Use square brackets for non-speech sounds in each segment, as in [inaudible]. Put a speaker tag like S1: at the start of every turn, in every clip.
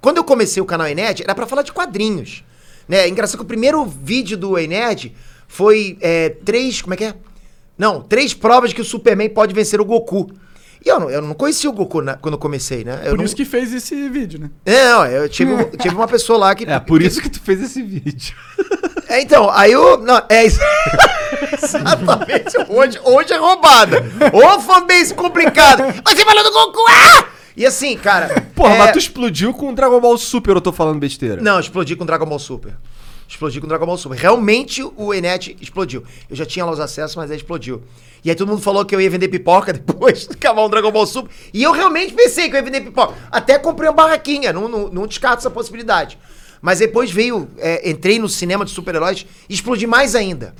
S1: Quando eu comecei o canal Ened, era pra falar de quadrinhos. Né? É Engraçado que o primeiro vídeo do Ened foi é, três. Como é que é? Não, três provas que o Superman pode vencer o Goku. E eu não, eu não conhecia o Goku na- quando eu comecei, né? Eu
S2: Por
S1: não-
S2: isso que fez esse vídeo, né?
S1: É, não, eu tive, tive uma pessoa lá que.
S3: É, por isso que tu fez esse vídeo.
S1: É, então, aí eu. Não, é isso. [laughs] Exatamente. Hoje, hoje é roubada. Ô, fanbase complicado. Você falou do Goku, ah! E assim, cara.
S3: Porra,
S1: é-
S3: mas tu explodiu com o Dragon Ball Super, eu tô falando besteira.
S1: Não, eu explodi com Dragon Ball Super. Explodi com Dragon Ball Super. Realmente o Enet explodiu. Eu já tinha lá os acessos, mas aí explodiu. E aí todo mundo falou que eu ia vender pipoca [laughs] depois de acabar um Dragon Ball Super. E eu realmente pensei que eu ia vender pipoca. Até comprei uma barraquinha, não, não, não descarto essa possibilidade. Mas depois veio, é, entrei no cinema de super-heróis e explodi mais ainda.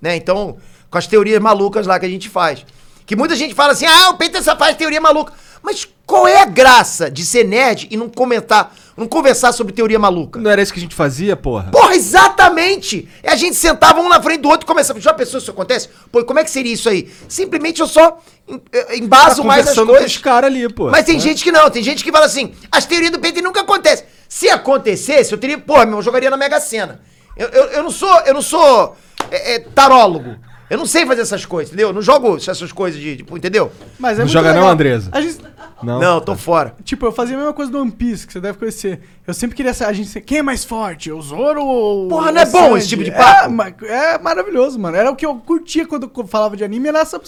S1: Né? Então, com as teorias malucas lá que a gente faz. Que muita gente fala assim, ah, o Peter só faz teoria maluca. Mas qual é a graça de ser nerd e não comentar, não conversar sobre teoria maluca?
S3: Não era isso que a gente fazia, porra?
S1: Porra, exatamente! É a gente sentava um na frente do outro e começava. Já pensou se isso acontece? Pô, como é que seria isso aí? Simplesmente eu só em- eh, embaso mais as
S3: Tá com né? os
S1: coisas.
S3: caras ali, pô.
S1: Mas tem gente que não, tem gente que fala assim, as teorias do Peter nunca acontecem. Se acontecesse, eu teria, porra, meu, eu jogaria na Mega Sena. Eu, eu, eu não sou, eu não sou é, é, tarólogo. Eu não sei fazer essas coisas, entendeu? Eu não jogo essas coisas de, de- entendeu?
S2: Mas é
S3: Não
S2: muito
S3: joga não, Andresa?
S2: A gente-
S3: Não,
S1: Não, tô fora.
S2: tipo, eu fazia a mesma coisa do One Piece, que você deve conhecer. Eu sempre queria saber, a gente, quem é mais forte, o Zoro ou
S1: Porra,
S2: o
S1: não é bom
S2: Sanji?
S1: esse tipo de papo?
S2: É, ma- É, maravilhoso, mano. Era o que eu curtia quando eu falava de anime, era essa...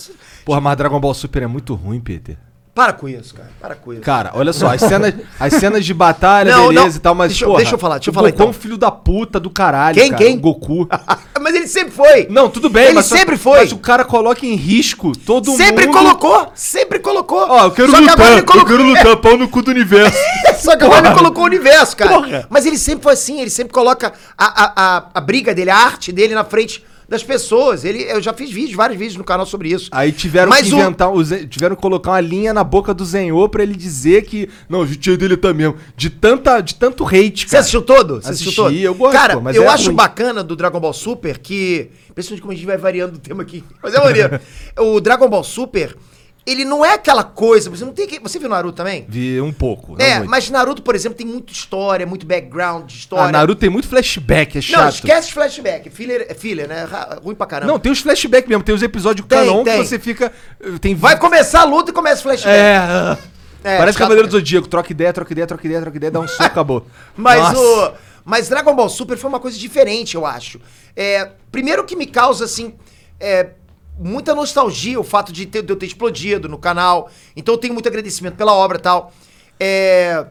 S3: Porra, mas Dragon Ball Super é muito ruim, Peter.
S1: Para com isso, cara. Para com isso.
S3: Cara, olha só, as cenas, as cenas de batalha,
S1: Não,
S3: beleza
S1: não.
S3: e tal, mas
S1: Deixa eu- deixa eu falar, deixa eu
S3: o
S1: falar,
S3: Goku é um
S1: então.
S3: filho da puta do caralho,
S1: Quem,
S3: cara.
S1: quem? [laughs]
S3: O Goku.
S1: [laughs] Mas ele sempre foi.
S3: Não, tudo bem,
S1: Ele
S3: mas só-
S1: sempre foi.
S3: Mas o cara coloca em risco todo
S1: sempre
S3: mundo.
S1: colocou, sempre colocou.
S3: Ó, eu quero
S1: Só que
S3: lutar,
S1: agora ele
S3: eu
S1: colocou- [laughs]
S3: quero lutar, pau no cu do universo.
S1: Só que agora ele colocou o universo, cara.
S3: Porra.
S1: Mas ele sempre foi assim, ele sempre coloca a, a, a, a briga dele, a arte dele na frente das pessoas. Ele, eu já fiz vídeos, vários vídeos no canal sobre isso.
S3: Aí tiveram
S1: Mas
S3: que
S1: o-
S3: inventar, o Zen- tiveram que colocar uma linha na boca do Zenhô pra ele dizer que, não, o tio dele tá mesmo, de, tanta, de tanto hate,
S1: Você assistiu todo? Você
S3: Assisti,
S1: assistiu todo?
S3: eu gosto,
S1: Cara,
S3: pô, mas
S1: eu
S3: é
S1: acho
S3: ruim.
S1: bacana do Dragon Ball Super que. Principalmente como a gente vai variando o tema aqui. [laughs] Mas é maneiro. o Dragon Ball Super, ele não é aquela coisa. Você não tem que. Você viu Naruto também?
S3: Vi um pouco, não
S1: É,
S3: muito.
S1: mas Naruto, por exemplo, tem muita história, muito background de
S3: Ah,
S1: história.
S3: Naruto tem muito flashback, é chato.
S1: Não, esquece flashback. Filler, é filler, né? Ra- Ruim pra caramba.
S3: Não, tem os flashbacks mesmo, tem os episódios
S1: Tem,
S3: canon
S1: tem.
S3: que você fica... eh, Tem
S1: Vai começar a luta e começa o flashback.
S3: É.
S1: É,
S3: Parece
S1: chato,
S3: Cavaleiro
S1: né?
S3: do Zodíaco. Troca ideia, troca ideia, troca ideia, troca ideia, dá
S1: [laughs]
S3: um soco, acabou.
S1: Mas
S3: Nossa.
S1: o. Mas Dragon Ball Super foi uma coisa diferente, eu acho. É, primeiro que me causa, assim, é, muita nostalgia o fato de, ter- de eu ter explodido no canal. Então eu tenho muito agradecimento pela obra e tal. É,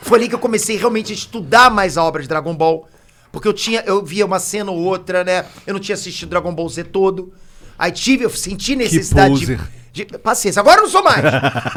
S1: foi ali que eu comecei realmente a estudar mais a obra de Dragon Ball. Porque eu tinha, eu via uma cena ou outra, né? Eu não tinha assistido Dragon Ball Z todo. Aí tive, eu senti necessidade de,
S3: poser.
S1: de- Paciência, agora eu não sou
S3: [laughs]
S1: mais.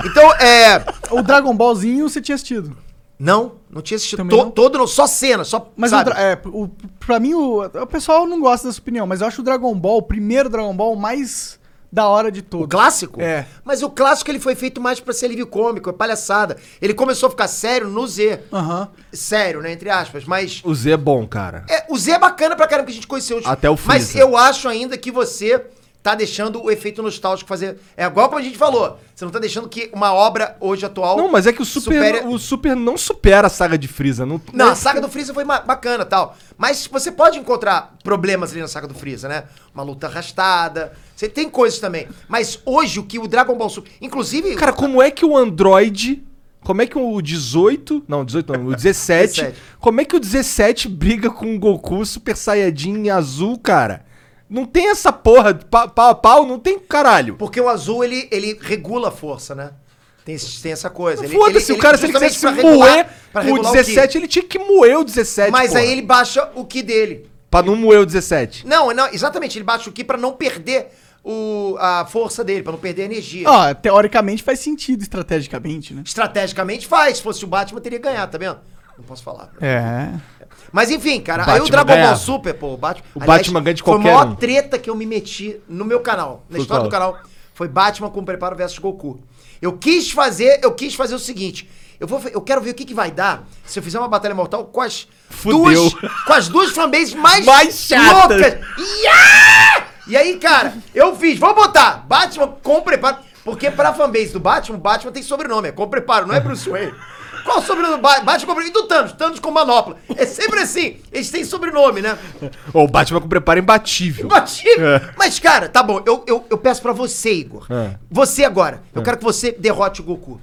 S1: Então, é.
S2: O Dragon Ballzinho você tinha assistido.
S1: Não, não tinha assistido
S2: Também
S1: to-
S2: não?
S1: todo, não, só cena, só.
S2: Mas o,
S1: sabe?
S2: dra- é, o- pra mim, o, o pessoal não gosta dessa opinião, mas eu acho o Dragon Ball, o primeiro Dragon Ball, o mais da hora de
S1: O
S2: todos.
S1: clássico?
S2: É.
S1: Mas o clássico ele foi feito mais pra ser alívio cômico, é palhaçada. Ele começou a ficar sério no Z.
S2: Aham.
S1: Sério, né? Entre aspas. Mas.
S3: O Z é bom, cara.
S1: É, o Z é bacana pra caramba que a gente conheceu.
S3: Até o
S1: Mas
S3: Freeza.
S1: eu acho ainda que você tá deixando o efeito nostálgico fazer. É igual como a gente falou. Você não tá deixando que uma obra hoje atual.
S3: Não, mas é que o Super,
S1: supere-
S3: o Super não supera a saga de Freeza. Não, é
S1: Não, a saga do Freeza foi ma- bacana tal. Mas você pode encontrar problemas ali na saga do Freeza, né? Uma luta arrastada. Você tem coisas também. Mas hoje o que o Dragon Ball Super. Inclusive.
S3: Cara, como é que o Android... Como é que o 18... Não, 18 não.
S1: [laughs]
S3: O 17...
S1: 17.
S3: Como é que o 17 briga com o Goku Super Saiyajin azul, cara? Não tem essa porra. pa- Pau a pau, não tem caralho.
S1: Porque o azul, ele, ele regula a força, né? Tem, esse- tem essa coisa. Ele-
S3: Foda-se,
S1: ele-
S3: o cara, se ele um
S1: justamente
S3: quisesse se
S1: pra regular-
S3: moer
S1: pra
S3: o
S1: regular o ki.
S3: 17, ele tinha que moer o 17,
S1: Mas
S3: porra.
S1: aí ele baixa o Ki dele.
S3: Pra não moer o 17.
S1: Não, não, exatamente, ele baixa o Ki pra não perder o, a força dele, pra não perder a
S3: Ah.
S1: energia.
S2: Ó, teoricamente faz sentido, estrategicamente, né?
S1: Estrategicamente faz. Se fosse o Batman, teria ganhado, tá vendo? Não posso falar. né?
S2: É.
S1: Mas enfim, cara,
S3: O
S1: aí o
S3: Batman
S1: Dragon Ball
S3: ganhava.
S1: Super, pô, o Batman.
S3: O Batman ganha de
S1: Foi
S3: qualquer
S1: a maior
S3: um.
S1: treta que eu me meti no meu canal, na
S3: Foi
S1: história do
S3: qual?
S1: canal. Foi Batman com Preparo versus Goku. Eu quis fazer, eu quis fazer o seguinte. Eu, vou, eu quero ver o que, que vai dar se eu fizer uma batalha mortal com as
S3: Fudeu.
S1: duas. Com as duas
S3: [laughs]
S1: fanbases mais,
S3: Mais chatas.
S1: Iá! E aí, cara, eu fiz, vou botar Batman com preparo. Porque pra fanbase do Batman, Batman tem sobrenome, é com preparo, não é Bruce Wayne. Qual o sobrenome do Batman? Batman com- e do Thanos? Thanos com manopla. É sempre assim. Eles têm sobrenome, né?
S3: Ô, o Batman com preparo é imbatível.
S1: Imbatível.
S3: É.
S1: Mas, cara, tá bom. Eu, eu, eu peço pra você, Igor.
S3: É.
S1: Você agora. Eu quero que você derrote o Goku.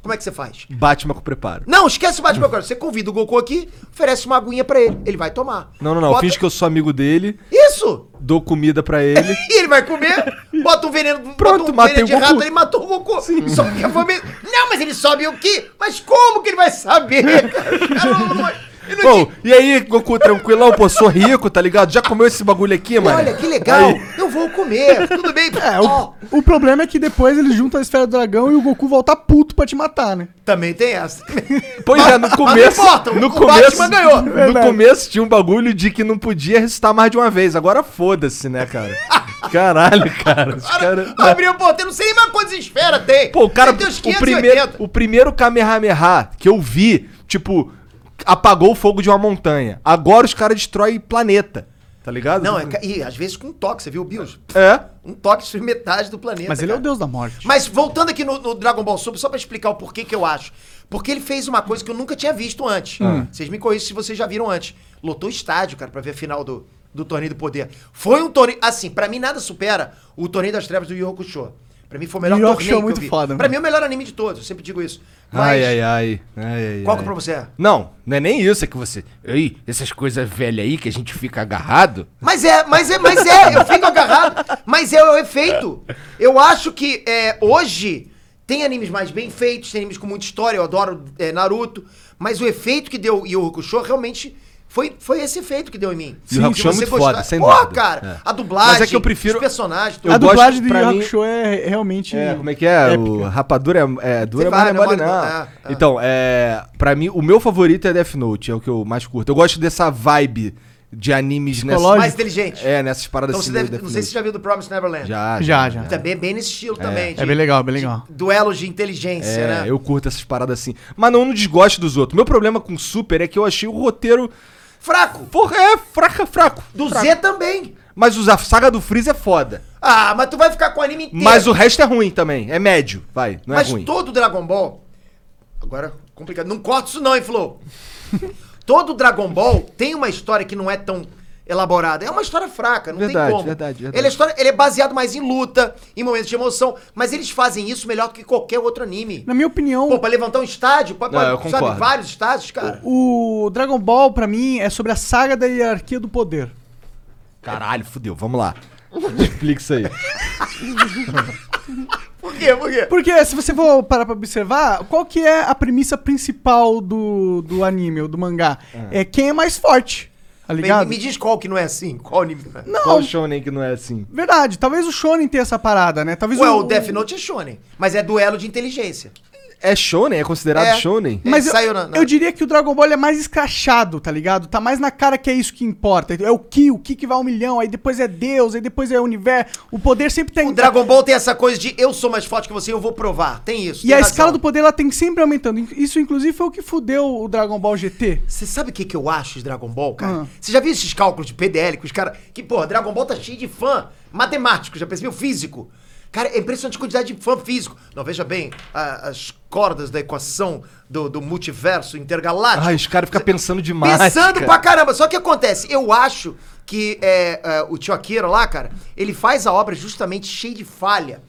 S1: Como é que você faz?
S3: Batman com preparo.
S1: Não, esquece o Batman agora. Você convida o Goku aqui, oferece uma aguinha pra ele. Ele vai tomar.
S3: Não, não, não.
S1: Bota-
S3: Finge que eu sou amigo dele,
S1: Isso!
S3: dou comida pra ele.
S1: [laughs] E ele vai comer, bota um veneno,
S3: Pronto,
S1: bota um
S3: matei
S1: veneno de
S3: o Goku.
S1: rato, ele matou o Goku. Só que a família... Não, mas ele sobe o quê? Mas como que ele vai saber? cara? O cara não- não- ele não
S3: Pô, e aí, Goku, tranquilão, pô, sou rico, tá ligado? Já comeu esse bagulho aqui, mano?
S1: Olha, que legal. Eu vou comer. Tudo
S3: [laughs]
S1: bem.
S2: É,
S1: Ó,
S2: o, o problema é que depois eles juntam a esfera do dragão e o Goku volta puto pra te matar, né?
S1: Também tem
S3: [laughs]
S1: essa.
S3: Pois é, no
S1: Mas
S3: começo.
S1: não importa,
S3: no
S1: o
S3: começo,
S1: Batman ganhou.
S3: No
S2: Verdade.
S3: começo tinha um bagulho de que não podia ressuscitar mais de uma vez. Agora foda-se,
S1: [laughs]
S3: né, cara? Caralho, cara. Os cara...
S1: Cara, abriu o porteiro, não sei nem mais quantas esferas tem.
S3: Pô, o cara.
S1: Ele tem uns
S3: O primeiro,
S1: 580.
S3: o primeiro Kamehameha que eu vi, tipo, apagou o fogo de uma montanha. Agora os caras destroem planeta. Tá ligado?
S1: Não, é, ca- e às vezes com um toque, você viu, Bills?
S3: É.
S1: Um toque sobre metade do planeta.
S2: Mas ele é o
S1: cara.
S2: deus da morte.
S1: Mas voltando aqui no, no Dragon Ball Super, só pra explicar o porquê que eu acho. Porque ele fez uma coisa que eu nunca tinha visto
S2: Ah.
S1: antes. Hum. Vocês me corrigem se vocês já viram antes. Lotou o estádio, cara, pra ver a final do, do Torneio do Poder. Foi um torneio... Assim, pra mim nada supera o Torneio das Trevas do Yu Yu Hakusho. Pra mim foi o melhor
S2: Yu Yu
S1: torneio
S2: Hakusho
S1: que
S2: é
S1: eu
S2: muito
S1: vi.
S2: foda,
S1: pra
S2: mano.
S1: mim é o melhor anime de todos, eu sempre digo isso.
S3: Ai, ai, ai, ai, ai,
S1: Qual que
S3: ai.
S1: pra você é?
S3: Não, não é nem isso, é que você. Ei, essas coisas velhas aí que a gente fica agarrado.
S1: Mas é, mas é, mas é, eu fico agarrado. Mas é o efeito. Eu acho que é, hoje tem animes mais bem feitos, tem animes com muita história, eu adoro é, Naruto. Mas o efeito que deu Yu Hakusho realmente foi, foi esse efeito que deu em mim.
S3: Yu Hakusho
S1: De
S3: é
S1: você
S3: muito foda, sem
S1: Porra,
S3: dúvida.
S1: cara,
S3: É.
S1: a dublagem,
S3: Mas é que eu prefiro-
S1: os personagens,
S3: eu
S2: a
S1: tudo.
S3: gosto,
S2: dublagem do
S3: pra
S2: Yu
S3: mim-
S2: Yu Show é realmente.
S3: É, como é que é? O
S2: épica.
S3: rapadura é, é dura,
S1: Tem
S3: mas não é
S1: várias,
S3: mole
S1: mole
S3: não.
S1: não. É, é.
S3: Então, é, pra mim, o meu favorito é Death Note, é o que eu mais curto. Eu gosto dessa vibe de animes nessa...
S2: Psicológico.
S1: mais inteligente.
S3: É, nessas paradas
S1: então você
S3: meio
S1: deve,
S3: Death
S1: não sei se
S3: Note.
S1: você já viu do Promised Neverland.
S3: já,
S2: Já, já.
S1: Também é bem nesse estilo também.
S2: É bem legal, bem legal.
S1: de duelos de inteligência,
S3: É,
S1: né?
S3: eu curto essas paradas assim. Mas não no desgosto dos outros. Meu problema com Super é que eu achei o roteiro...
S1: Fraco.
S3: Porra, é fraca, fraco.
S1: Do
S3: fraco.
S1: Z também.
S3: Mas os- a saga do Freeze é foda.
S1: Ah, mas tu vai ficar com o anime inteiro.
S3: Mas o resto é ruim também. É médio, vai. Não
S1: Mas
S3: é ruim.
S1: todo Dragon Ball. Agora, é complicado. Não corta isso, não, hein,
S3: [laughs]
S1: Flo? todo Dragon Ball tem uma história que não é tão elaborada. É uma história fraca, não
S3: Verdade,
S1: tem como.
S3: verdade, verdade.
S1: Ele é, história, ele é baseado mais em luta, em momentos de emoção. Mas eles fazem isso melhor do que qualquer outro anime.
S2: Na minha opinião,
S1: Pô, pra levantar um estádio, pra,
S3: Não,
S1: pra-
S3: eu concordo.
S1: vários estádios, cara.
S2: o Dragon Ball, pra mim, é sobre a saga da hierarquia do poder.
S3: Caralho, fudeu. Vamos lá. Explica isso aí.
S1: Por quê? Por
S3: Tá
S1: quê?
S2: Porque se você for parar pra observar, qual que é a premissa principal do, do anime, ou do mangá? É quem é mais forte, tá
S1: Me,
S2: ligado?
S1: me diz qual que não é assim. Qual anime não é?
S3: Qual
S2: Não,
S3: o shonen que não é assim?
S2: verdade. Talvez o Shonen tenha essa parada, né? Talvez
S1: Ué, o Death Note é shonen, mas é duelo de inteligência.
S3: É shonen? É considerado
S1: É.
S3: shonen?
S2: Mas
S1: É,
S2: eu,
S1: saiu na- na-
S2: eu diria que o Dragon Ball ele é mais escrachado, tá ligado? Tá mais na cara que é isso que importa. É o Ki, o Ki que vai a um milhão, aí depois é Deus, aí depois é o universo. O poder sempre
S3: Então,
S2: tem.
S1: O Dragon Ball tem essa coisa de eu sou mais forte que você, eu vou provar. Tem isso.
S2: E a escala do poder ela tem que sempre aumentando. Isso, inclusive, foi o que fudeu o Dragon Ball GT.
S1: Você sabe o que, que eu acho de Dragon Ball, cara?
S2: Ah.
S1: Você já viu esses cálculos de PDL que os caras. Que, porra, Dragon Ball tá cheio de fã matemático, já percebeu? Físico. Cara, é impressionante a quantidade de fã físico. Não, veja bem, a- as cordas da equação do, do multiverso intergaláctico.
S3: Ai, Ah, os caras ficam pensando demais.
S1: Pensando
S3: cara.
S1: pra caramba. Só que acontece, eu acho que é, é, o tio Akira lá, cara, ele faz a obra justamente cheia de falha.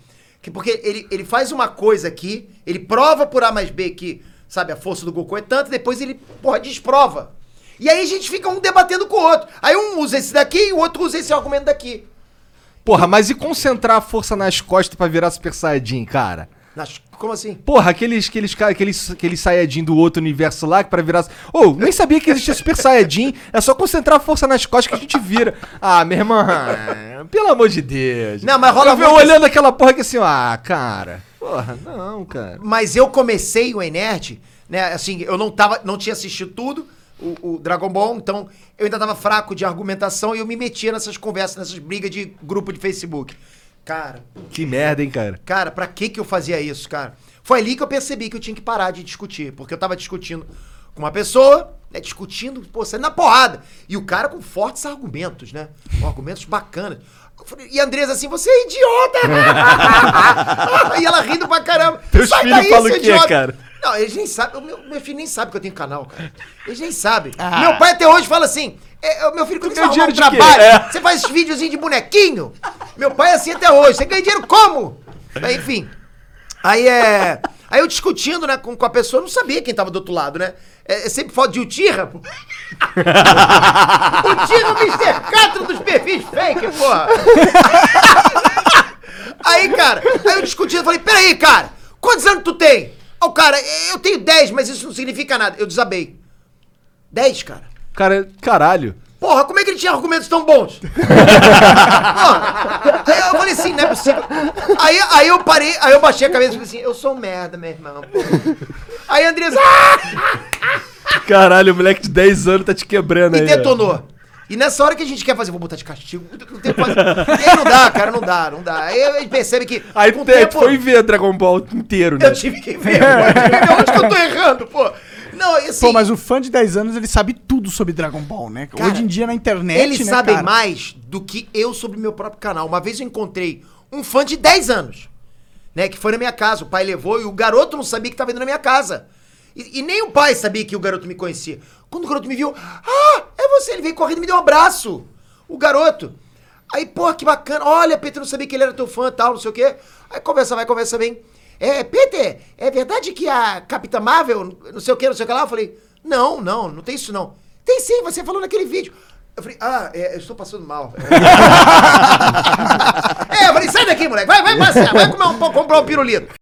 S1: Que, porque ele, ele faz uma coisa aqui, ele prova por A mais B que, sabe, a força do Goku é tanto, depois ele, porra, desprova. E aí a gente fica um debatendo com o outro. Aí um usa esse daqui e o outro usa esse argumento daqui.
S3: Porra, mas e concentrar a força nas costas pra virar Super Saiyajin, cara?
S1: Nas- como assim?
S3: Porra, aqueles, aqueles, cara- aqueles, aqueles Saiyajin do outro universo lá que pra virar. Ô, nem sabia que existia Super Saiyajin. É só concentrar a força nas costas que a gente vira. Ah, meu irmão. Pelo amor de Deus.
S1: Não, mas rola
S3: Eu vejo
S1: muito-
S3: olhando aquela porra que assim, ó, ah, cara. Porra, não, cara.
S1: Mas eu comecei o Enerd, né? Assim, eu não tava, não tinha assistido tudo, o, o Dragon Ball, então eu ainda tava fraco de argumentação e eu me metia nessas conversas, nessas brigas de grupo de Facebook. Cara,
S3: Que merda, hein, cara.
S1: cara, pra que que eu fazia isso, cara? Foi ali que eu percebi que eu tinha que parar de discutir, porque eu tava discutindo com uma pessoa, né, discutindo, pô, saindo na porrada. E o cara com fortes argumentos, né? Com argumentos bacanas. Eu falei, E a Andresa assim, você [laughs] é idiota! e ela rindo pra caramba.
S3: Teus filhos falam o quê, cara?
S1: Não, eles nem sabem. o Meu, meu filho nem sabe que eu tenho canal, cara. Eles nem sabem.
S2: Ah.
S1: Meu pai até hoje fala assim: é, é, meu filho, quando você
S3: ganha
S1: arrumar um
S3: dinheiro de quê? É.
S1: trabalho, você faz videozinho de bonequinho. Meu pai é assim até hoje. Você ganha dinheiro como? Mas, enfim. Aí é. Aí eu discutindo, né, com, com a pessoa, eu não sabia quem tava do outro lado, né? É, é sempre foto de Utirra, pô. [laughs] Utirra, o Mr. Catra dos perfis fake, porra. Aí, cara, aí eu discutindo, falei, peraí, cara, quantos anos tu tem? Ó, o cara, eu tenho 10, mas isso não significa nada. Eu desabei. 10, cara.
S3: Cara, caralho.
S1: Porra, como é que ele tinha argumentos tão bons? [laughs] Porra. Aí eu falei assim, não é possível. Aí, aí eu parei, aí eu baixei a cabeça e falei assim, eu sou um merda, meu irmão. porra. Aí a Andressa
S3: Caralho, o moleque de 10 anos tá te quebrando
S1: me
S3: aí.
S1: detonou. E nessa hora que a gente quer fazer, vou botar de castigo, não tem o que fazer. E aí não dá, cara, não dá, não dá. Aí a gente percebe que...
S3: velho. Aí
S1: com
S3: tu
S1: o
S3: te-
S1: tempo-
S3: tu foi ver Dragon Ball inteiro, né?
S1: Eu tive que ver, pô. Eu tive que ver onde que eu tô errando, pô. Não, assim,
S2: Pô, mas o fã de 10 anos, ele sabe tudo sobre Dragon Ball, né?
S1: Cara,
S2: Hoje em dia na internet,
S1: eles
S2: né,
S1: sabem
S2: cara?
S1: mais do que eu sobre meu próprio canal. Uma vez eu encontrei um fã de 10 anos, né? Que foi na minha casa, o pai levou e o garoto não sabia que tava indo na minha casa. E, e nem o pai sabia que o garoto me conhecia. Quando o garoto me viu, ah, é você, ele veio correndo e me deu um abraço. O garoto. Aí, porra, que bacana. Olha, Peter, não sabia que ele era teu fã e tal, não sei o quê. Aí conversa, vai, conversa bem. É, Peter, é verdade que a Capitã Marvel, não sei o que, não sei o que lá? Eu falei, não, não, não tem isso não. Tem sim, você falou naquele vídeo. Eu falei, ah, é, eu estou passando mal. [laughs] é, eu falei, sai daqui, moleque, vai, vai passear, vai comer um, pão, comprar um pirulito.